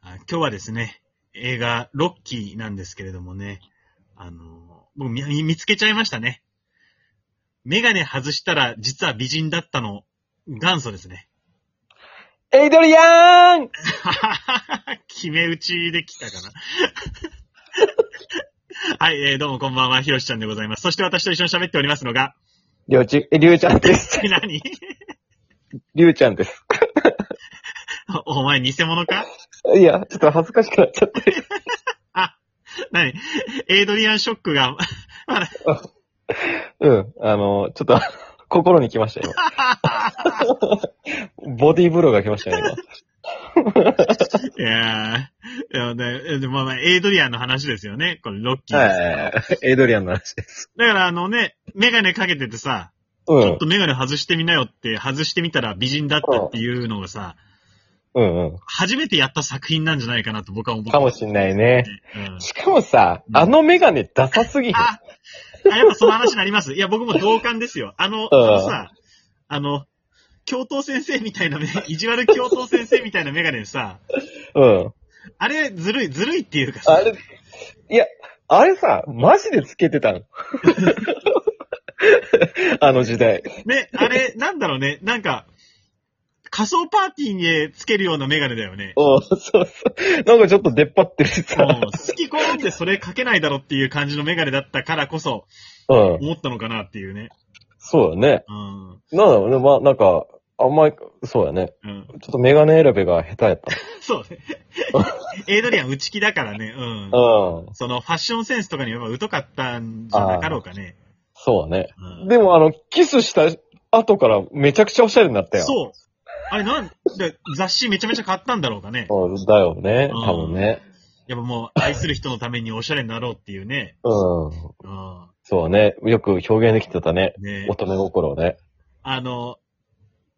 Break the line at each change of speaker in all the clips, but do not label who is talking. あー今日はですね、映画、ロッキーなんですけれどもね、あのー、僕見見つけちゃいましたね。メガネ外したら実は美人だったの、元祖ですね。
エイドリアン
決め打ちできたかな。 はい、えーどうもこんばんは、ひろしちゃんでございます。そして私と一緒に喋っておりますのが、
りょうち、え、りゅうちゃんです。
何
りゅうちゃんです。
お前偽物か
いや、ちょっと恥ずかしくなっちゃって。
何エイドリアンショックが、まだ
うん。あの、ちょっと、 心に来ましたよ、今。 ボディーブローが来ましたよ、今。
いやーいや、で、でもまあ、エイドリアンの話ですよね。これ、ロッキー。
はい。エイドリアンの話です。
だから、あのね、メガネかけててさ、
う
ちょっ
ん。
とメガネ外してみなよって、外してみたら美人だったっていうのがさ、
うんう
初めてやった作品なんじゃないかなと僕は思っ
ん。
て
かもしんないね。
うん
しかもさ
う、ん
あのメガネダサすぎひん。
あ、あ、やっぱその話になります。いや、僕も同感ですよ。あの、あ
うん
のさ、あの、教頭先生みたいなメ、意地悪教頭先生みたいなメガネさ、
うん。
あれ、ずるい、ずるいっていうかさ
あ、れ、いや、あれさ、マジでつけてたの。 あの時代。
ね、あれ、なんだろうね、なんか、仮想パーティーにつけるようなメガネだよね。
お そうそう。なんかちょっと出っ張ってるし
も
さ。
う好き好んでそれかけないだろっていう感じのメガネだったからこそ、
うん。
思ったのかなっていうね。
そうだね。
うん。
なんだろうね。まあ、なんか、あんまり、そうだね。
うん。
ちょっとメガネ選びが下手やっ
そう ね。エイドリアン内気だからね、うん
た。。うん。
そのファッションセンスとかにやっぱ疎かったんじゃなかろうかね。
そうだね。
うん
でも、あの、キスした後からめちゃくちゃオシャレになったよ。
そう。あれなんで、雑誌めちゃめちゃ買ったんだろうかね。
うん。だよね。
うん
多分ね。
やっぱもう愛する人のためにおしゃれになろうっていうね。
うん。
うん。
そうだね。よく表現できてたね。
ね
乙女心をね。
あの、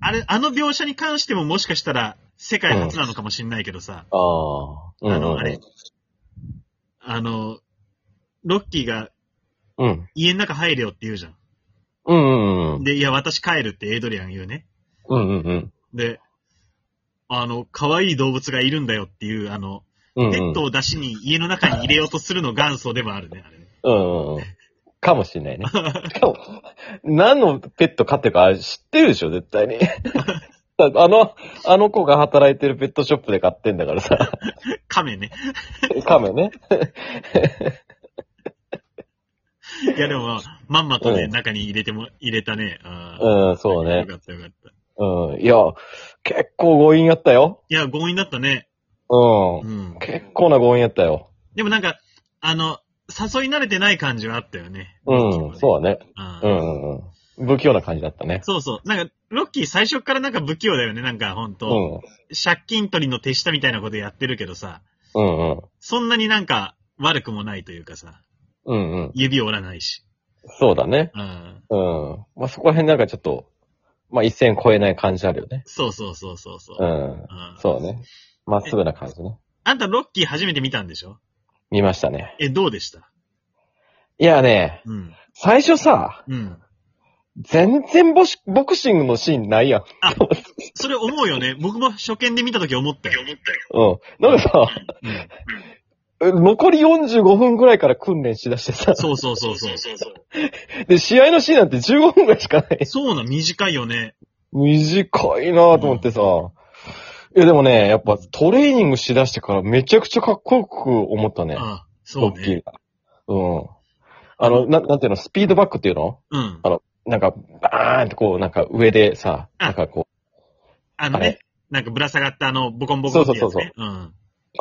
あれ、あの描写に関してももしかしたら世界初なのかもしれないけどさ、
ああ。うん
あ
うんう
の、
ん。
あれ、あの、ロッキーが
うん。
家の中入れよって言うじゃ。
うんうんうんん。
で、いや、私帰るってエイドリアンが言うね。
うんうんうん。
で、あの、可愛い動物がいるんだよっていう、あの、
う
ペ
んうん
ットを出しに家の中に入れようとするの元祖でもあるね、あれね。
うんうん。かもしれないね。しかも、何のペット飼ってるかあれ知ってるでしょ、絶対に。あの、あの子が働いてるペットショップで買ってんだからさ。
亀ね。
カメね。
いや、でもまあ、まんまとね、
うん
中に入れても、入れたね。あ
うん、
ー
そう
よ
ね。
かったよかった。い
うん。いや、結構強引やったよ。
や、強引だったね。
う
うん
ん。。結構な強引やったよ。
でもなんか、あの、誘い慣れてない感じはあったよね。
うん、そうだね。
あ
う
ー
んうんうん。不器用な感じだったね。
そうそう。なんか、ロッキー最初からなんか不器用だよね。なんか、ほん
う
と、
ん。
借金取りの手下みたいなことやってるけどさ、
うんうん。
そんなになんか悪くもないというかさ、
うんうん。
指折らないし。
そうだね。
うん。
うん。まあ、そこら辺なんかちょっと、まあ、一線超えない感じあるよね。
そうそうそうそうそうう。
ん。
うん
そうね。まっすぐな感じね。
あんたロッキー初めて見たんでしょ
見ましたね。
え、どうでした
いやね、
うん。
最初さ、
うん。
全然ボシボクシングのシーンないやん。
あ、それ思うよね。僕も初見で見たとき思ったよ。思ったよ。
うん。なんかさ、
うん。
残り45分ぐらいから訓練しだしてさ、
そうそうそうそう。
で、試合のシーンなんて15分ぐらいしかない。
そうなん、短いよね。
短いなぁと思ってさ、いやでもね、やっぱトレーニングしだしてからめちゃくちゃかっこよく思ったね。
あそ
ロ
う
ッキ
ね。
ーが。うん。あの、な、なんていうの、スピードバックっていうの
うん。
なんか、バーンってこう、なんか上でさ、
あ
なんかこ
あの
あ
ね
れ、
なんかぶら下がったあの、ボコンボコンってやつ、ね。。
そうそうそう
ん。
う、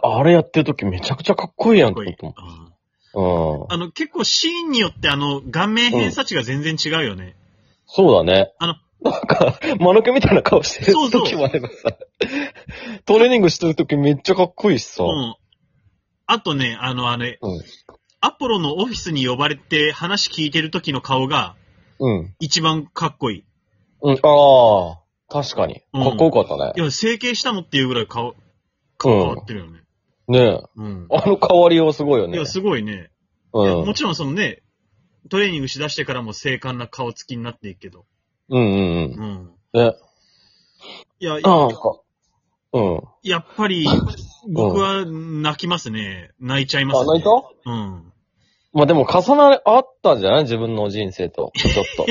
あれやってる時めちゃくちゃかっこいいや
か
ん
っ
と
こいい
思
う
っ。た
ん
もん。うん。
あの、結構シーンによってあの、顔面偏差値が全然違うよね。
そうだね。
あの、
なんか、 間抜けみたいな顔してる
そうそう
時もあればさ、トレーニングしてる時めっちゃかっこいいしさ。
う
うん。
ん。あとね、あの、あれ、
うん
アポロのオフィスに呼ばれて話聞いてる時の顔が
うん。
一番かっこいい。
ああ、確かに。
うん
かっこよかったね
い。や、整形したのっていうぐらい顔、顔変わってるよね。
ねえ。
うん。
あの変わりようすごいよ
い
ね
や、。すごいね。
う
も
ん。
ちろんそのね、トレーニングしだしてからも精悍な顔つきになっていくけど。
うんう
う
ん
ん。
うん。ね。
いや、
なんか、うん。
やっぱり、僕は泣きますね。泣いちゃいます
あ、
ね。
泣いた
うん。
まあでも重なりあったんじゃない自分の人生と。ちょっと。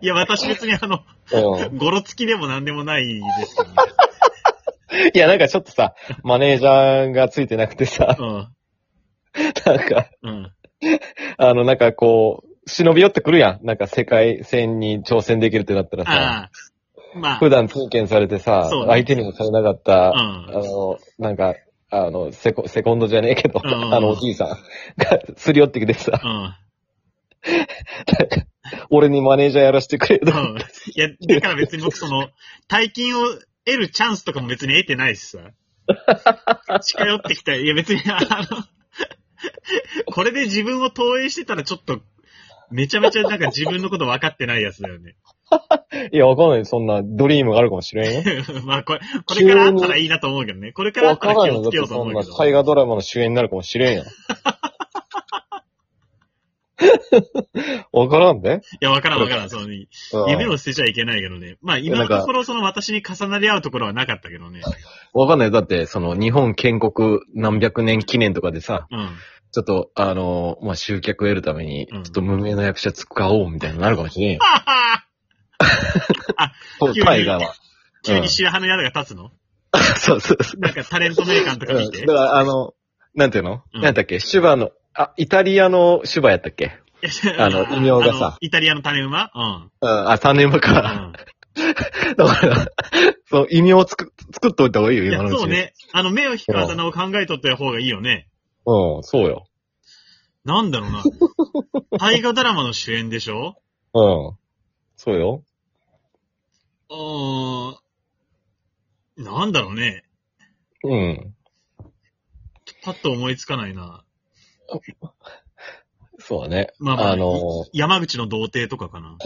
いや、私別にあの、
うん
ゴロつきでも何でもないですけどね。
いや、なんかちょっとさ、マネージャーがついてなくてさ、なんか、
うん。うん。
あの、なんかこう、忍び寄ってくるやん。なんか世界戦に挑戦できるってなったらさ、
ああ。まあ。
普段通勤されてさ、
そうね
相手にもされなかった、
う
あ
ん。
の、なんか、あの、セコ、セコンドじゃねえけど、
うんうんうん
あの、おじいさんがすり寄ってきてさ、
うん。
俺にマネージャーやらせてくれ
う
と。
ん。 いや、だから別に僕その、大金を得るチャンスとかも別に得てない しさ。近寄ってきた。いや、別に、あの、これで自分を投影してたらちょっと、めちゃめちゃなんか自分のこと分かってないやつだよね。
いや、わかんない。そんなドリームがあるかもしれんよ。
まあ、これ、これからあったらいいなと思うけどね。これからあ
わ
ったら
かんない
気
よ。
をつ
だっ
けよ
て
うと
そ
思
ん
う
な
けど。
大河ドラマの主演になるかもしれん よ。わからんで、
いや、わからんわからん。その、
うん
夢を捨てちゃいけないけどね。まあ、今のところ、その私に重なり合うところはなかったけどね。
わかんない。だって、その、日本建国何百年記念とかでさ、
うん。
ちょっと、あの、まあ、集客得るために、ち
う
ょ
ん
っと無名の役者使おうみたいになるかもしれんよ。そ う
急に
大河は。
急に白羽の矢が立つの、
そうそうそう。
なんかタレント名鑑とか見
う
て。
ん
い
だから、あの、なんていうの、
うん
なんだっけシュバの、あ、イタリアのシュバやったっけ
や
あの異名がさ
あのイタリアの種馬うん。
うん、あ、種馬
う
か。
ん。
だから、その異名をつく作っといた方がいいよ、
い
今の
や、
うちに
そう。ね。あの、目を引くあだ名を考えとった方がいいよね。
うん、そうよ。
なんだろうな。大河ドラマの主演でしょ
うん。そうよ。
うーん。なんだろうね。
うん。
パッと思いつかないな。
そうだね。
まあまあ
あの
山口の童貞とかかな。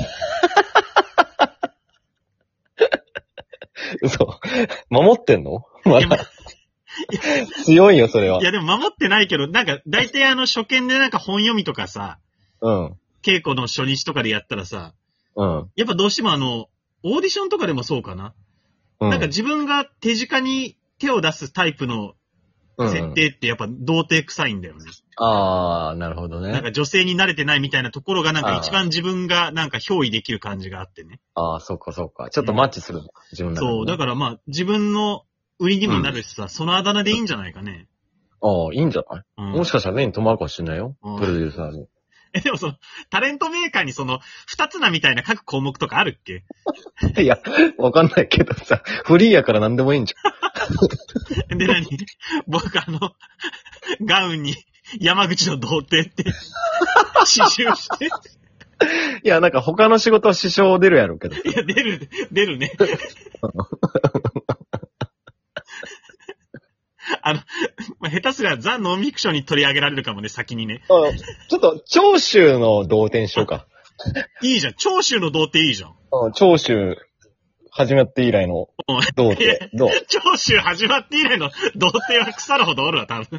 嘘。守ってんのま
いやま。
だ。強いよ、それはい
や、でも守ってないけど、なんか、大体あの、初見でなんか本読みとかさ、
うん。
稽古の初日とかでやったらさ、
うん。
やっぱどうしてもあの、オーディションとかでもそうかな。
うん。
なんか自分が手近に手を出すタイプの
うん
設定ってやっぱ童貞臭いんだよね。
あー、なるほど
なん
ね。
か女性に慣れてないみたいなところがなんか
あー
一番自分がなんか憑依できる感じがあってね。
あー、そっかそっか。ちょっとマッチするのか、自分の中で
そう、だからまあ自分の売りにもなるしさ、そのあだ名でいいんじゃないかね。
ああ、いいんじゃない、
うん、
もしかしたら目に留まるかもしれないよ。
うん
プロデューサーに。
え、でもその、タレントメーカーにその、二つなみたいな各項目とかあるっ け
いや、わかんないけどさ、フリーやから何でもいいんじ
で、何僕あの、ガウンに山口の童貞って、 刺繍して、
ゃん。いや、なんか他の仕事は支障出るやろうけど。
いや、出る、出るね。あの、まあ、下手すりゃザ・ノンフィクションに取り上げられるかもね、先にね。
あちょっと、長州の同点しようか。
いいじゃん。長州の童貞いいじゃん。
うん長州、始まって以来の
うん
同点。どう
長州始まって以来の童貞は腐るほどおるわ、多分。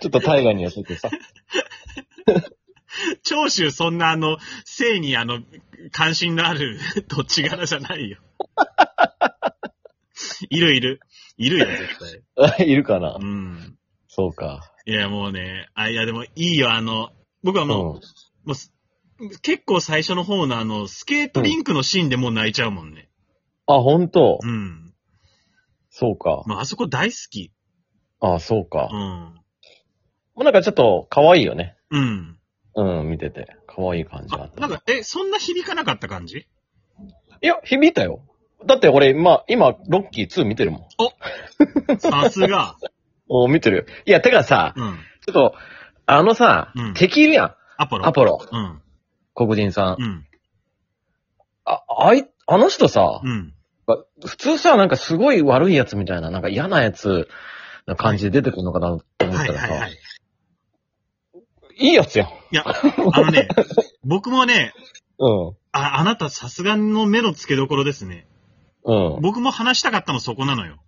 ちょっと大河に寄せてさ。
長州そんなあの、性にあの、関心のある土地柄じゃないよ。いるいる。いるよ、絶対。
あいるかな
うん。
そうか。
いや、もうね、あ、いや、でもいいよ、あの、僕は
う
もう、
ん。
もうす結構最初の方のあの、スケートリンクのシーンでもう泣いちゃうもんね。
あ、ほんと
うん。
そうか。
まあ、あそこ大好き。
あ、そうか。
う
も
ん。
うなんかちょっと、可愛いよね。
うん。
うん、見てて。可愛い感じがあ
あ
っ、た。
なんか、え、そんな響かなかった感じ
いや、響いたよ。だって俺、まあ、今、ロッキー2見てるもん。
さす が。
お見てるよ。いや、てかさ、
うん。
ちょっと、あのさ、
うん
敵いるやん。
アポロ。
アポロ。
うん。
黒人さん。
うん。
あ、あい、あの人さ、
うん。
普通さ、なんかすごい悪いやつみたいな、なんか嫌なやつな感じで出てくるのかなと思っ
は
た
い
らさ、
はい
い
はい。
い、やつやん。
いや、あのね、僕もね、
うん。
あ、あなたさすがの目の付けどころですね。
うん。
僕も話したかったのそこなのよ。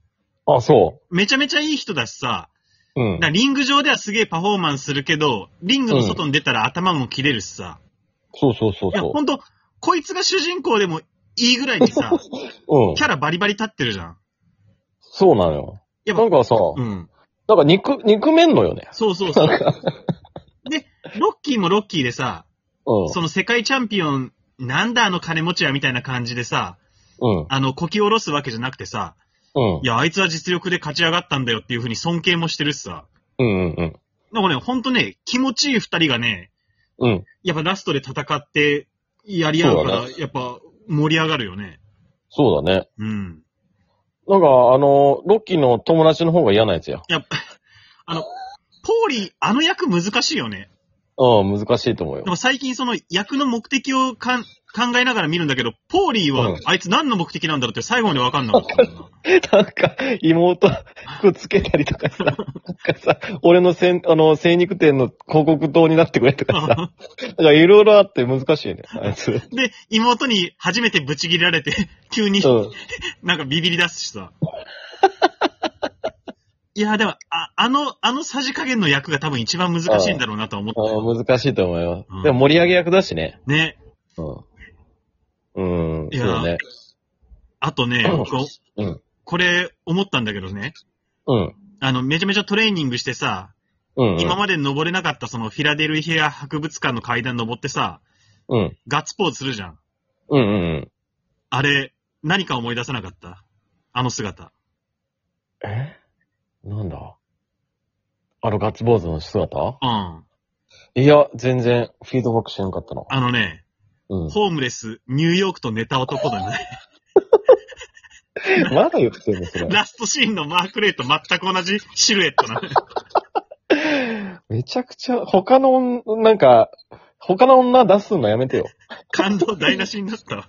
あ、そ
めちゃめちゃいい人だしさ、
う。うん
な。リング上ではすげえパフォーマンスするけど、リングの外に出たら頭も切れるしさ。
そうそうそう
いや、
そ
ほんと、こいつが主人公でもいいぐらいにさ、
うん
キ。ャラバリバリ立ってるじゃん。
そうなのよ。
やっぱ
なんかさ、
うん。
なんか憎、憎めんのよね。
そうそうそう。で、ロッキーもロッキーでさ、
うん。
その世界チャンピオン、なんだあの金持ちやみたいな感じでさ、
うん。
あの、こき下ろすわけじゃなくてさ、
うん
い。や、あいつは実力で勝ち上がったんだよっていうふうに尊敬もしてるしさ。
うん。うん。
なんかね、ほんとね、気持ちいい二人がね、
うん。
やっぱラストで戦ってやり合うから、
そう
やっぱ盛り上がるよね。
そうだね。
うん。
なんか、あの、ロッキーの友達の方が嫌なやつや。
やっぱ、あの、ポーリー、あの役難しいよね。
うん、難しいと思うよ
で。も最近その役の目的をかん考えながら見るんだけど、ポーリー
う
は
ん
あいつ何の目的なんだろうって最後までわかんなかったもんな。
なんか、妹、服つけたりとか さ、なんかさ、俺のせん、あの、精肉店の広告塔になってくれとかさ、なんかいろいろあって難しいね、あい つ。うん。
で、妹に初めてブチ切れられて、 急になんかビビり出すしさ。いや、でも、あ、あの、あのさじ加減の役が多分一番難しいんだろうなとは思ったよ。
あー難しいと思うよ
う。ん
でも盛り上げ役だしね。
ね。
うん。うん、
いや
そうだね。
あとね、
うん
こ
うん
これ思ったんだけどね。
うん。
あの、めちゃめちゃトレーニングしてさ、
うん。
今まで登れなかったそのフィラデルフィア博物館の階段登ってさ、
うん。
ガッツポーズするじゃん。
うん。うん。
あれ、何か思い出さなかったあの姿。
えなんだあのガッツポーズの姿
うん。あ
いや、全然フィードバックしなかったな。
のね、
うん。
ホームレス、ニューヨークと寝た男だね。
まだ言ってるのそれ。
ラストシーンのマーク・レイと全く同じシルエットな。
めちゃくちゃ、他の女、なんか、他の女出すのやめてよ。
感動台無しになったわ。